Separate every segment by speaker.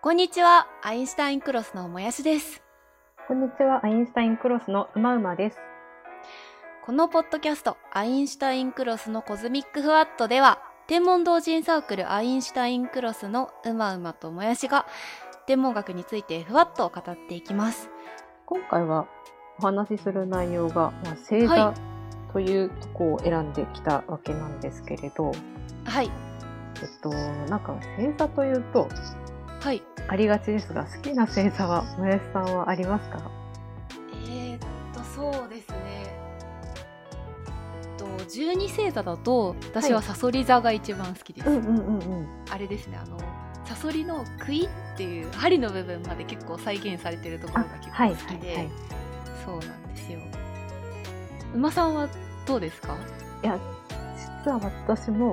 Speaker 1: こんにちは、アインシュタインクロスのもやしです。
Speaker 2: こんにちは、アインシュタインクロスのうまうまです。
Speaker 1: このポッドキャスト、アインシュタインクロスのコズミックフワットでは、天文同人サークルアインシュタインクロスのうまうまともやしが、天文学についてふわっと語っていきます。
Speaker 2: 今回はお話しする内容が、まあ、星
Speaker 1: は
Speaker 2: 座というとこを選んできたわけなんですけれど、
Speaker 1: はい、
Speaker 2: えっと、なんか星座というと
Speaker 1: はい。
Speaker 2: ありがちですが、好きな星座は、もやしさんはありますか
Speaker 1: えー、っと、そうですね。えっと12星座だと私は
Speaker 2: はい
Speaker 1: サソリ座が一番好きです、
Speaker 2: うんうんうん
Speaker 1: あれですねあのサソリの杭っていう針の部分まで結構再現されてるところが結
Speaker 2: は
Speaker 1: 構
Speaker 2: い、
Speaker 1: 好
Speaker 2: は
Speaker 1: きで、
Speaker 2: い、はい。い
Speaker 1: そうなんですよ馬さんはどうですか
Speaker 2: や、実は私も、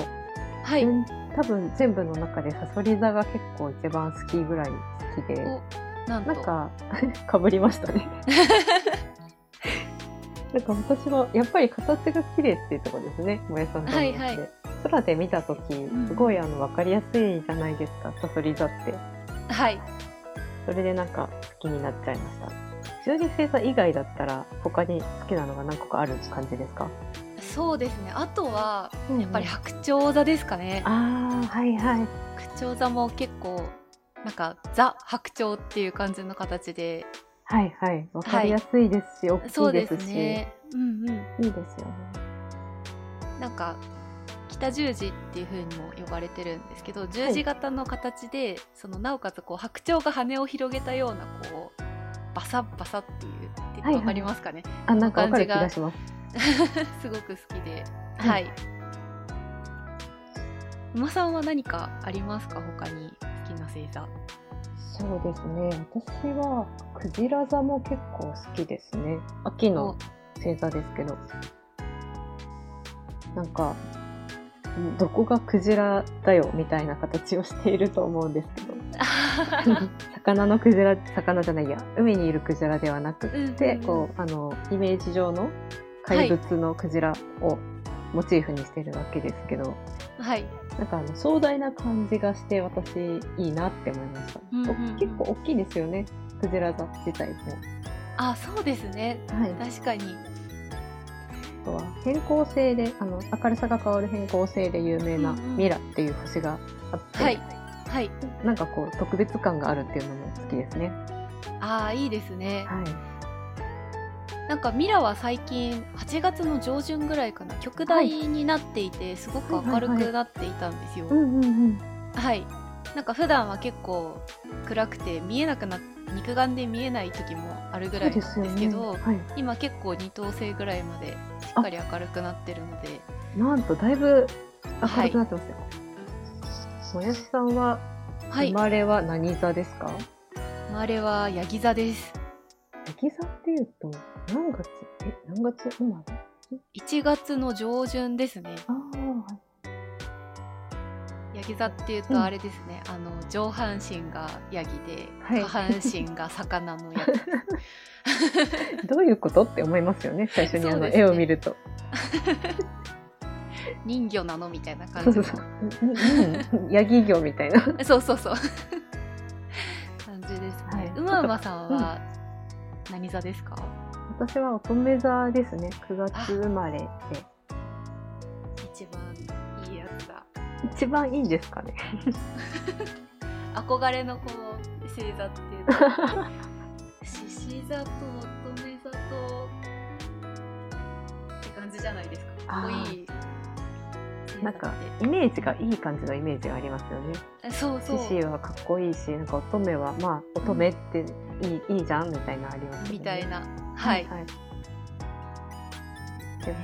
Speaker 1: はい、
Speaker 2: 全多分全部の中でサソリ座が結構一番好きぐらい好きで、
Speaker 1: おなんと
Speaker 2: なんか かぶりまし たね。なんか私はやっぱり形が綺麗っていうところですね、もやさんと思って、
Speaker 1: はいはい
Speaker 2: 空で見た時
Speaker 1: ん
Speaker 2: すごいあの分かりやすいじゃないですか、サソリ座って。
Speaker 1: はい
Speaker 2: それでなんか好きになっちゃいました。十二星座以外だったら他に好きなのが何個かある感じですか？
Speaker 1: そうですねあとは
Speaker 2: や
Speaker 1: やっぱり白鳥座ですかね、
Speaker 2: ああはいはい。
Speaker 1: 白鳥座も結構なんかザ白鳥っていう感じの形で
Speaker 2: はいはい。わかりやすいですし、
Speaker 1: そう
Speaker 2: 大きい
Speaker 1: で
Speaker 2: ですすし、
Speaker 1: ねうんうん
Speaker 2: いいですよね。
Speaker 1: なんか北十字っていう風にも呼ばれてるんですけど十字型の形で、そのなおかつこう白鳥が羽を広げたようなこうバサッバサッっていうって
Speaker 2: はいはい
Speaker 1: わかりますかね、
Speaker 2: あなんかわかる気
Speaker 1: 感じが
Speaker 2: がしま す。
Speaker 1: すごく好きで
Speaker 2: うん
Speaker 1: はい、馬さんは何かありますか他に好きな星座
Speaker 2: そうですね。私はクジラ座も結構好きですね。秋 の星座ですけど、なんかうんどこがクジラだよみたいな形をしていると思うんですけど、 魚のクジラ魚じゃないや、海にいるクジラではなくって、
Speaker 1: うんうんうん
Speaker 2: こうあのイメージ上の怪物のクジラをモチーフにしてるわけですけど、
Speaker 1: はい
Speaker 2: なんかあの壮大な感じがして私いいなって思いました、
Speaker 1: うんうんうん
Speaker 2: お結構大きいですよねクジラ座自体も
Speaker 1: あそうですね
Speaker 2: はいあ
Speaker 1: 確かに
Speaker 2: とは変光性であの明るさが変わる変光性で有名な
Speaker 1: うんうん
Speaker 2: ミラっていう星があって、
Speaker 1: はいはい
Speaker 2: なんかこう特別感があるっていうのも好きですね
Speaker 1: ああいいですね
Speaker 2: はい
Speaker 1: なんかミラは最近8月の上旬ぐらいかな極大になっていて、すごく明るくなっていたんですよ。はい、
Speaker 2: んうんうん
Speaker 1: なんか普段は結構暗くて見えなくな肉眼で見えない時もあるぐらいなんですけど
Speaker 2: はい、
Speaker 1: 今結構二等星ぐらいまでしっかり明るくなってるので
Speaker 2: なんとだいぶ明るくなってますよ、もやしさんは
Speaker 1: はい
Speaker 2: 生まれは何座ですか、
Speaker 1: 生まれはヤギ座です
Speaker 2: 焼き座っていうと何月え何月生まれ
Speaker 1: 1月の上旬ですね
Speaker 2: ああ
Speaker 1: ヤギ座っていうとあれですね、あの上半身がヤギで、
Speaker 2: はい
Speaker 1: 下半身が魚のヤギ
Speaker 2: どういうことって思いますよね最初にあ
Speaker 1: そう
Speaker 2: の
Speaker 1: ですね
Speaker 2: 絵を見ると。
Speaker 1: 人魚なのみたいな
Speaker 2: そ
Speaker 1: 感
Speaker 2: う
Speaker 1: じ
Speaker 2: そう
Speaker 1: の
Speaker 2: そう。うんヤギ業みたいな。
Speaker 1: そうそうそう。感じです
Speaker 2: は
Speaker 1: ね
Speaker 2: い。
Speaker 1: うまうまさんは何座ですか？
Speaker 2: 私は乙女座ですね。9月生まれで。
Speaker 1: 一番いいやつだ。
Speaker 2: 一番いいんですかね。
Speaker 1: 憧れのこう星座っていう か。獅子座と乙女座とって感じじゃないですか。かっこいい星座って。
Speaker 2: なんかイメージがいい感じのイメージがありますよね。
Speaker 1: そうそう。
Speaker 2: 獅子はかっこいいし、なんか乙女はまあ乙女っていい,、いいじゃんみたいなのありますよね。
Speaker 1: みたいな。はい。
Speaker 2: はい。でも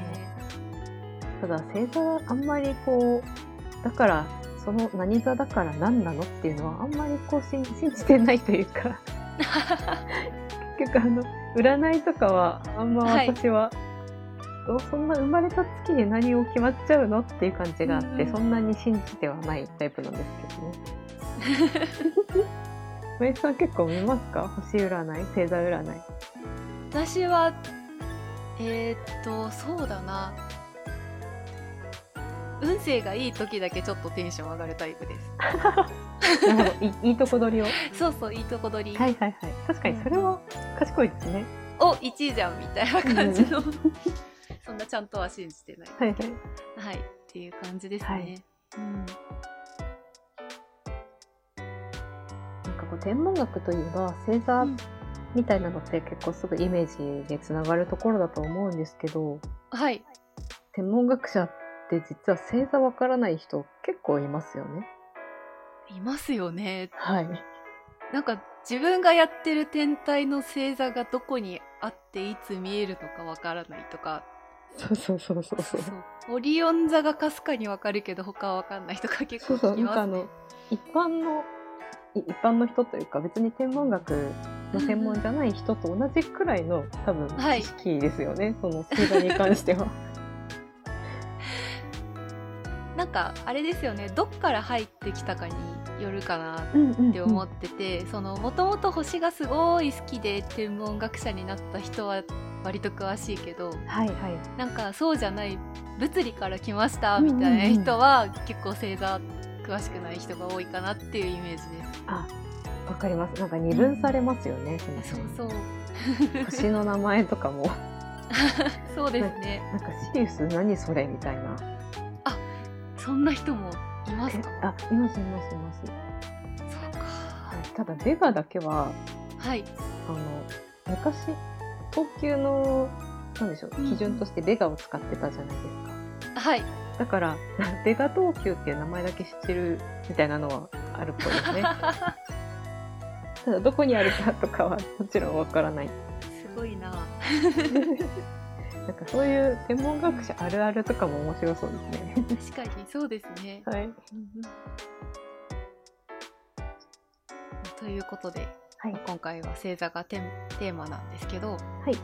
Speaker 2: ただ星座はあんまりこうだからその何座だから何なのっていうのはあんまりこう信信じてないというか 結局あの占いとかはあんま
Speaker 1: はい
Speaker 2: 私は、どうそんな生まれた月に何を決まっちゃうのっていう感じがあって、
Speaker 1: うんうん
Speaker 2: そんなに信じてはないタイプなんですけどね。 めいさん結構見ますか星占い星座 占い
Speaker 1: 私はえーっとそうだな運勢がいい時だけちょっとテンション上がるタイプで
Speaker 2: なるほどいいいとこ取りをは
Speaker 1: すそうそういいとこ取り、
Speaker 2: いはいはい確かにそれは賢いですね、
Speaker 1: お1位じゃんみたいな感じの、 そんなちゃんとは信じてない
Speaker 2: はいはい
Speaker 1: はい、っていう感じですね。
Speaker 2: はい
Speaker 1: うん、
Speaker 2: なんかこう天文学といえば星座みたいなのって結構すぐイメージでつながるところだと思うんですけど
Speaker 1: はい、
Speaker 2: 天文学者って実は星座わからない人結構いますよね
Speaker 1: いますよね。
Speaker 2: はい
Speaker 1: なんか自分がやってる天体の星座がどこにあっていつ見えるのかわからないと か、
Speaker 2: そうそうそうそうそう
Speaker 1: オリオン座がかすかにわかるけど他はわかんないとか結
Speaker 2: そ
Speaker 1: 構
Speaker 2: うそう
Speaker 1: 聞き
Speaker 2: なんか
Speaker 1: ま
Speaker 2: あ
Speaker 1: すね
Speaker 2: の。一般のい一般の人というか別に天文学の専門じゃない人と同じくらいの多分
Speaker 1: はい
Speaker 2: 知識ですよね、その星座に関しては
Speaker 1: なんかあれですよね、どっから入ってきたかによるかな
Speaker 2: うんうん、
Speaker 1: って思ってて、そのもともと星がすごい好きで天文学者になった人は割と詳しいけど、
Speaker 2: はいはい
Speaker 1: なんかそうじゃない物理から来ました
Speaker 2: うん
Speaker 1: み
Speaker 2: うんうん
Speaker 1: たいな人は結構星座詳しくない人が多いかなっていうイメージです。
Speaker 2: あわかりますなんか二分されますよね、 その
Speaker 1: そうそう
Speaker 2: 星の名前とかも
Speaker 1: そうですね。
Speaker 2: なんかシリウス何それみたいな
Speaker 1: そんな人もいます
Speaker 2: え
Speaker 1: か。
Speaker 2: あいますいますいます、
Speaker 1: そうか。
Speaker 2: はい、ただベガだけは
Speaker 1: はい。
Speaker 2: あの昔東急のなんでしょう
Speaker 1: うん
Speaker 2: 基準としてベガを使ってたじゃないですか、
Speaker 1: はい。
Speaker 2: だから 「ベガ東急」っていう名前だけ知ってるみたいなのはあるっぽいですね ただどこにあるかとかはもちろんわからない
Speaker 1: すごいな。
Speaker 2: なんかそういう天文学者あるあるとかも面白そうですね
Speaker 1: 確かにそうですね。
Speaker 2: はい
Speaker 1: ということで、
Speaker 2: はい
Speaker 1: 今回は星座がテーテーマなんですけど、
Speaker 2: はい
Speaker 1: はい、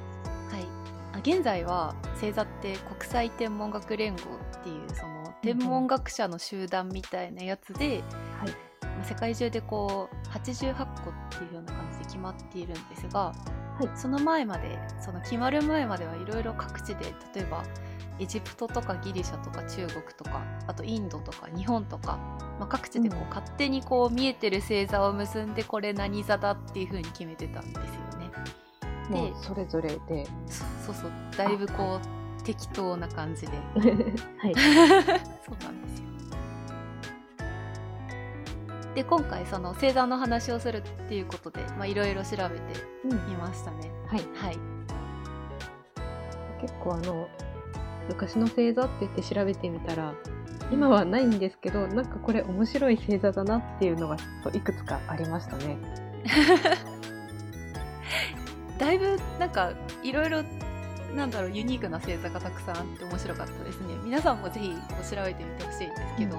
Speaker 1: あ現在は星座って国際天文学連合っていうその天文学者の集団みたいなやつで、
Speaker 2: はい
Speaker 1: まあ世界中でこう88個っていうような感じで決まっているんですが、
Speaker 2: い
Speaker 1: その前までその決まる前まではいろいろ各地で例えばエジプトとかギリシャとか中国とかあとインドとか日本とか、まあ、各地でこう
Speaker 2: うん
Speaker 1: 勝手にこう見えてる星座を結んでこれ何座だっていう風に決めてたんですよね。
Speaker 2: もうそれぞれで
Speaker 1: そうそうだいぶこう適当な感じで
Speaker 2: はい
Speaker 1: そうなんですよ。で今回その星座の話をするっていうことでまあいろいろ調べて
Speaker 2: うん
Speaker 1: みましたね。
Speaker 2: はい
Speaker 1: はい、
Speaker 2: 結構あの昔の星座って言って調べてみたら今はないんですけどなんかこれ面白い星座だなっていうのがちょっといくつかありましたね。
Speaker 1: だいぶなんかいろいろなんだろうユニークな星座がたくさんあって面白かったですね皆さんもぜひこう調べてみてほしいんですけど、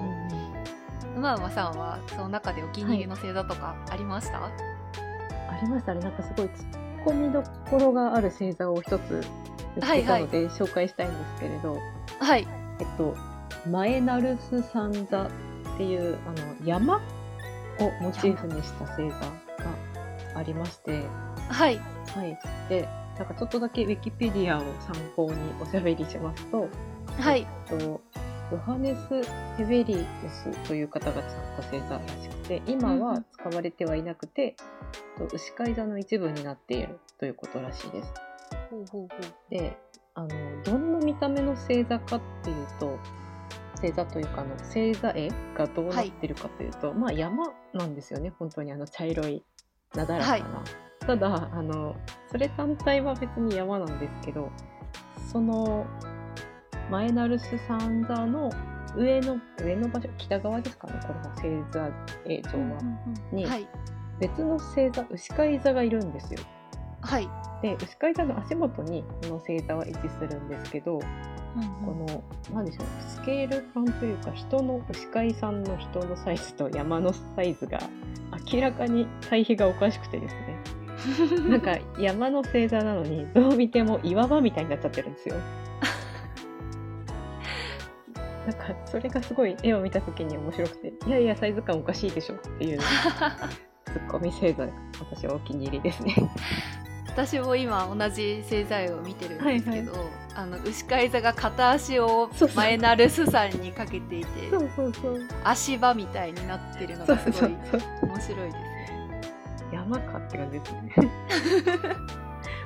Speaker 1: うまうまさんはその中でお気に入りの星座とかありました、
Speaker 2: ありましたねなんかすごいツッコミどころがある星座を一つ見つけたので紹介したいんですけれど、
Speaker 1: はい
Speaker 2: えっと前ナルス三座っていうあの山をモチーフにした星座がありまして。
Speaker 1: はい
Speaker 2: はい、でなんかちょっとだけウィキペディアを参考におしゃべりしますと,、
Speaker 1: はい
Speaker 2: えっとヨハネス・ヘベリウスという方が作った星座らしくて今は使われてはいなくて、えっと牛飼い座の一部になっているということらしいです。
Speaker 1: ほうほうほう
Speaker 2: であのどんな見た目の星座かっていうと星座というかあの星座絵がどうなってるかというと、まあ山なんですよね本当にあの茶色いなだらかな、ただあのそれ単体は別に山なんですけどそのマエナルス三座の上の上の場所北側ですかねこれは星座絵上は、に
Speaker 1: はい
Speaker 2: 別の星座牛飼い座がいるんですよ
Speaker 1: はい、
Speaker 2: で牛飼い座の足元にこの星座は位置するんですけど、こ
Speaker 1: こ
Speaker 2: の何でしょうスケール感というか人の牛飼いさんの人のサイズと山のサイズが明らかに対比がおかしくてですね
Speaker 1: の
Speaker 2: なんか山の星座なのにどう見ても岩場みたいになっちゃってるん ですよ。なんかそれがすごい絵を見た時に面白くて「いやいやサイズ感お かしいでしょ」っていうツッコミ星座私はお気に入りですね。
Speaker 1: 私も今同じ製剤を見てるんですけど、
Speaker 2: は
Speaker 1: あの牛飼い座が片足を
Speaker 2: そうそう
Speaker 1: 前なるすさんにかけていて
Speaker 2: そうそうそう
Speaker 1: 足場みたいになってるの
Speaker 2: そう
Speaker 1: が
Speaker 2: そ
Speaker 1: す
Speaker 2: うそ
Speaker 1: ご
Speaker 2: う
Speaker 1: い面白いですね。
Speaker 2: 山かって感じです ね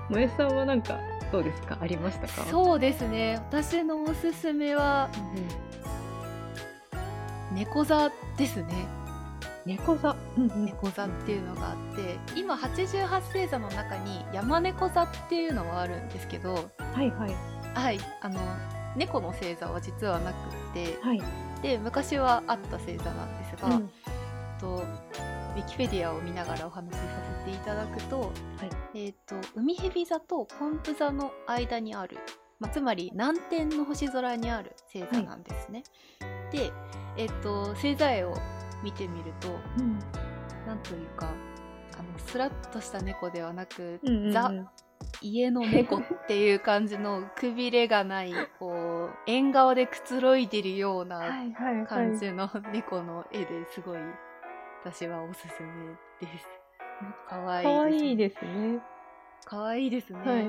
Speaker 2: もえさんはなんかどうですかありましたか
Speaker 1: そうですね私のおすすめは
Speaker 2: うん、
Speaker 1: 猫座ですね
Speaker 2: 猫座、うんうん
Speaker 1: 猫座っていうのがあって今88星座の中に山猫座っていうのはあるんですけど
Speaker 2: はいはい
Speaker 1: はいあの猫の星座は実はなくって
Speaker 2: はい、
Speaker 1: で昔はあった星座なんですが、
Speaker 2: うん
Speaker 1: とウィキペディアを見ながらお話しさせていただくと,、えっと海蛇座とポンプ座の間にある、まあ、つまり南天の星空にある星座なんですね。で、えっと星座絵を見てみると
Speaker 2: うん
Speaker 1: なんというかあのスラッとした猫ではなく
Speaker 2: うんうん
Speaker 1: ザ家の猫っていう感じのくびれがないこう縁側でくつろいでるよう
Speaker 2: は
Speaker 1: ない
Speaker 2: はいはい
Speaker 1: 感じの猫の絵ですごい私はおすすめです。か
Speaker 2: かわ
Speaker 1: わい
Speaker 2: い
Speaker 1: い
Speaker 2: い
Speaker 1: です。
Speaker 2: ですね。
Speaker 1: かわいいですね。
Speaker 2: はい。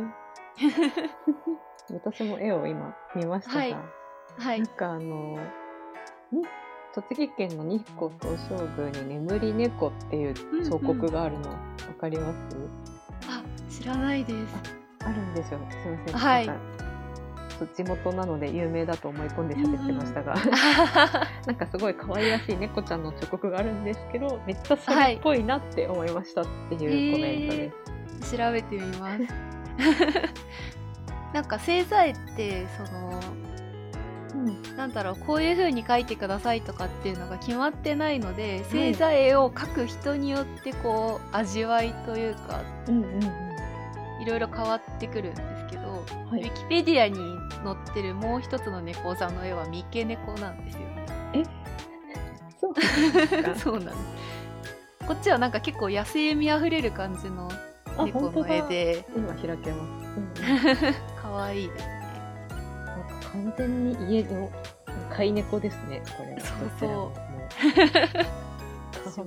Speaker 2: 私も絵を今見ましたが、
Speaker 1: はいは
Speaker 2: ないん。かあの、に栃木県の日光東照宮に眠り猫っていう彫刻があるの、わ、かります
Speaker 1: あ、知らないです。
Speaker 2: あるんですよ。すみません。
Speaker 1: はい
Speaker 2: なんかそう地元なので有名だと思い込んで喋ってましたが、なんかすごい可愛らしい猫ちゃんの彫刻があるんですけど、めっちゃそれっぽいなって思いましたっていうコメントです。
Speaker 1: 調べてみ ます。なんか製材ってその
Speaker 2: うん
Speaker 1: なんだろうこういう風に描いてくださいとかっていうのが決まってないので製材絵を描く人によってこう味わいというか
Speaker 2: うんうん
Speaker 1: いろいろ変わってくるんですけど、
Speaker 2: うん。は
Speaker 1: ウ
Speaker 2: い。
Speaker 1: ィキペディアに載ってるもう一つの猫さんの絵は三毛猫なん ですよね。
Speaker 2: そうですか
Speaker 1: そうなんです。こっちはなんか結構野生味あふれる感じの
Speaker 2: あ
Speaker 1: 猫の絵で
Speaker 2: 今開けます、
Speaker 1: 可愛いですね。
Speaker 2: なんか完全に家の飼い猫ですねこれ
Speaker 1: そう
Speaker 2: どち
Speaker 1: そう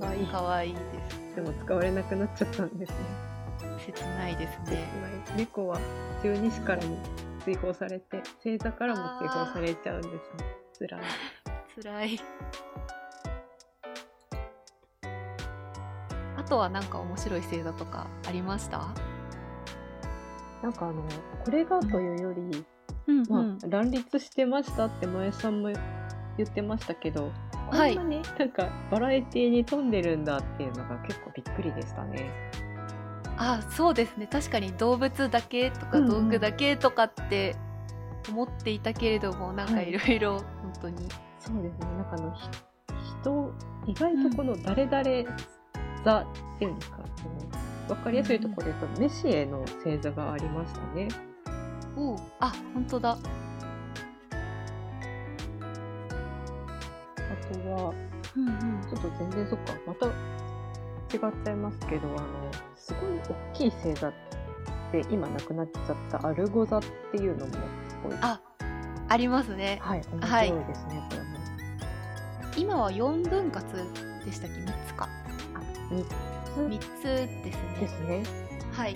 Speaker 2: らももう可愛い
Speaker 1: 可愛いで
Speaker 2: でも使われなくなっちゃったんですね
Speaker 1: す。切ないです
Speaker 2: 切
Speaker 1: ね。
Speaker 2: ない猫は十二支からも追放されて星座からも追放されちゃうんですね辛い
Speaker 1: 辛い。あとはなんか面白い星座とかありました？
Speaker 2: なんかあのこれがというより、
Speaker 1: うん
Speaker 2: まあ乱立してましたって萌さんも言ってましたけど、
Speaker 1: はい
Speaker 2: あんなになんかバラエティに富んでるんだっていうのが結構びっくりでしたね。
Speaker 1: あそうですね確かに動物だけとか
Speaker 2: うんうん
Speaker 1: 道具だけとかって思っていたけれども、なんか
Speaker 2: はい
Speaker 1: いろいろ本当に
Speaker 2: そうですね。なんかあの、ひ人、意外とこの誰々座っていうんですか、そのわかりやすいところで言うと、メシエの星座がありましたね。
Speaker 1: おうあ本当だ
Speaker 2: あとは、
Speaker 1: うんうん
Speaker 2: ちょっと全然そっか、また違っちゃいますけど、あの、すごい大きい星座って今なくなっちゃったアルゴ座っていうのも、すごい、
Speaker 1: あありますね
Speaker 2: はい、面
Speaker 1: は
Speaker 2: 白
Speaker 1: い
Speaker 2: いですね、これも。
Speaker 1: 今は4分割でしたっけ3つか
Speaker 2: あ、三
Speaker 1: 3つですね
Speaker 2: つですね。
Speaker 1: はい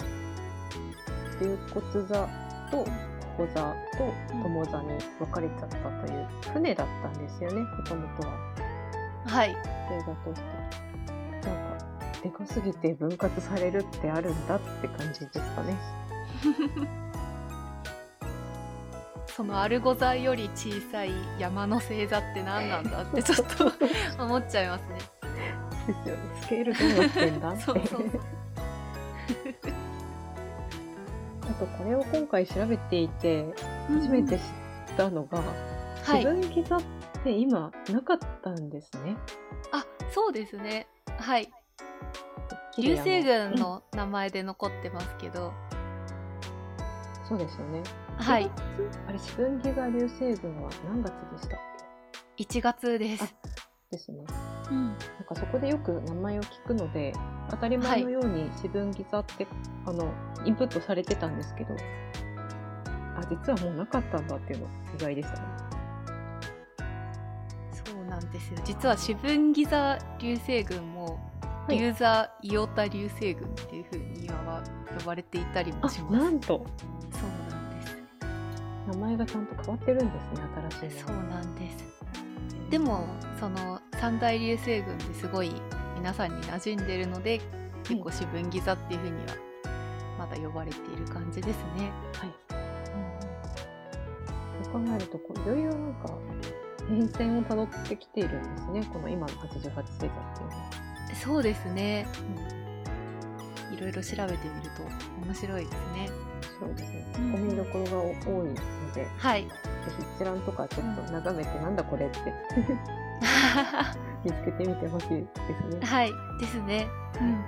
Speaker 2: 龍骨座と小座と友座に分かれちゃったという船だったんですよねもともとは
Speaker 1: はい
Speaker 2: 星座としてなんかでかすぎて分割されるってあるんだって感じです かね
Speaker 1: そのアルゴ座より小さい山の星座って何なんだってちょっ と思っちゃいますね
Speaker 2: ですよねスケールどうなってんだっ て
Speaker 1: そうそうそ
Speaker 2: あとこれを今回調べていて 初めて知ったのが、
Speaker 1: は
Speaker 2: 自
Speaker 1: い
Speaker 2: 分ギ座って今なかったんですね
Speaker 1: あそうですねはい流星群の名前で残ってますけど、
Speaker 2: そうですよね
Speaker 1: はい
Speaker 2: あれ自分ギ座流星群は何月でしたっ
Speaker 1: 1月です、
Speaker 2: けですね
Speaker 1: うん、
Speaker 2: なんかそこでよく名前を聞くので当たり前のように四分ギ座って、あのインプットされてたんですけどあ実はもうなかったんだっていうの意外でしたね。
Speaker 1: そうなんですよ実は四分ギ座流星群も
Speaker 2: い
Speaker 1: 流座イオタ流星群っていう風に庭は呼ばれていたりも
Speaker 2: あ
Speaker 1: します。
Speaker 2: なんと
Speaker 1: そうなんです。
Speaker 2: 名前がちゃんと変わってるんですね新しい
Speaker 1: そうなんですでもその三大流星群ってすごい皆さんに馴染んでるので結構四分ギ座っていうふうにはまだ呼ばれている感じですね。
Speaker 2: はいそう考えるとこういろいろなんか変遷をたどってきているんですねこの今の88星座っていうのは。
Speaker 1: そうですね、いろいろ調べてみると面白いですね。
Speaker 2: そうですね。
Speaker 1: う
Speaker 2: ツ
Speaker 1: ん
Speaker 2: ッコミどころが多いので、ぜ
Speaker 1: はい。
Speaker 2: ひ一覧とかちょっと眺めてなんだこれって見つけてみてほしいですね。
Speaker 1: はい。ですね。
Speaker 2: うん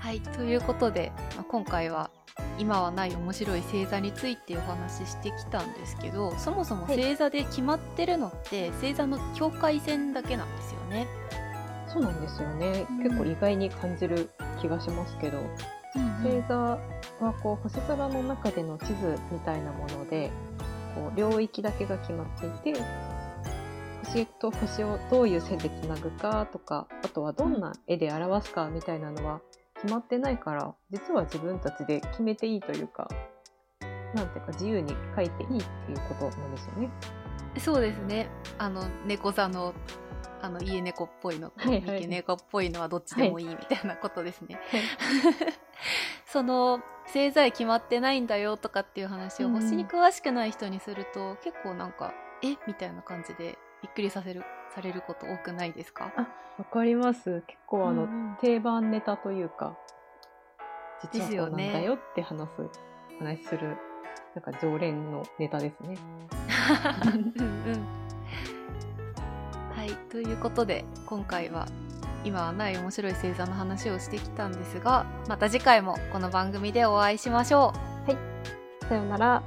Speaker 1: はい。ということで、まあ今回は今はない面白い星座についてお話ししてきたんですけど、そもそも
Speaker 2: はい
Speaker 1: 星座で決まってるのって、星座の境界線だけなんですよね。
Speaker 2: そうなんですよね
Speaker 1: うん。
Speaker 2: 結構意外に感じる気がしますけど、星座はこう星空の中での地図みたいなもので、こう領域だけが決まっていて、星と星をどういう線でつなぐかとか、あとはどんな絵で表すかみたいなのは決まってないから、実は自分たちで決めていいというか、なんていうか自由に描いていいっていうことなんですよね。
Speaker 1: そうですね。あの、猫座の、あの、家猫っぽいのと、
Speaker 2: はいは
Speaker 1: 三
Speaker 2: い
Speaker 1: 毛猫っぽいのはどっちでもいいみたいなことですね。
Speaker 2: はい
Speaker 1: その、星座絵決まってないんだよとかっていう話を
Speaker 2: うんうん
Speaker 1: 星に詳しくない人にすると、結構なんか、えみたいな感じでびっくりさせる、されること多くないですか
Speaker 2: わかります。結構あの、
Speaker 1: うんうん
Speaker 2: 定番ネタというか実
Speaker 1: ですよ
Speaker 2: はこう
Speaker 1: ね
Speaker 2: なんだよって話す、話するなんか常連のネタですね。
Speaker 1: うんうん。はい、ということで今回は今はない面白い星座の話をしてきたんですがまた次回もこの番組でお会いしましょ
Speaker 2: さようなら。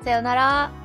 Speaker 1: う。さようなら。